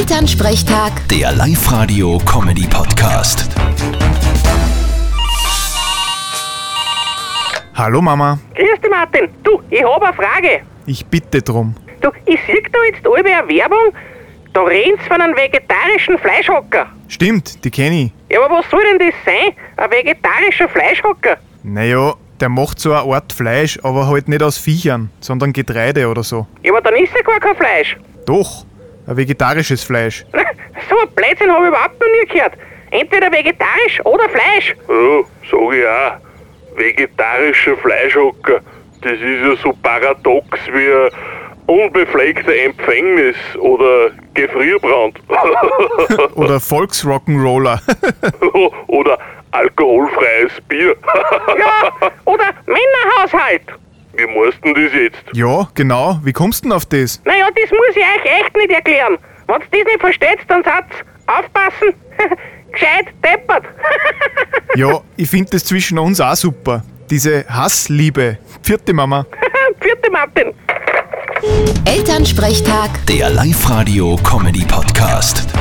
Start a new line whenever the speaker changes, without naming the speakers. Elternsprechtag,
Der Live-Radio-Comedy-Podcast.
Hallo Mama,
Grüß dich, Martin. Du, ich habe eine Frage.
ich bitte drum.
Du, ich sehe da jetzt alle eine Werbung, da reden sie von einem vegetarischen Fleischhocker.
Stimmt, die kenne ich.
Ja, aber was soll denn das sein? Ein vegetarischer Fleischhocker?
Naja, der macht so eine Art Fleisch, aber halt nicht aus Viechern, sondern Getreide oder so.
Ja, aber dann ist ja gar kein Fleisch.
Doch, ein vegetarisches Fleisch.
So ein Blödsinn habe ich überhaupt noch nie gehört. Entweder vegetarisch oder Fleisch.
Ja, sag ich auch. Vegetarischer Fleischhocker, das ist ja so paradox wie ein unbepflegter Empfängnis oder Gefrierbrand
Oder Volksrock'n'Roller.
oder alkoholfreies Bier.
Ja, oder Männerhaushalt.
Wie meinst denn das jetzt?
ja, genau, wie kommst du denn auf das?
Naja, das muss ich euch echt nicht erklären. Wenn ihr das nicht versteht, dann seid aufpassen. Gescheit deppert.
Ja, ich finde das zwischen uns auch super. Diese Hassliebe. Vierte Mama.
Vierte Martin.
Elternsprechtag.
Der Live-Radio-Comedy-Podcast.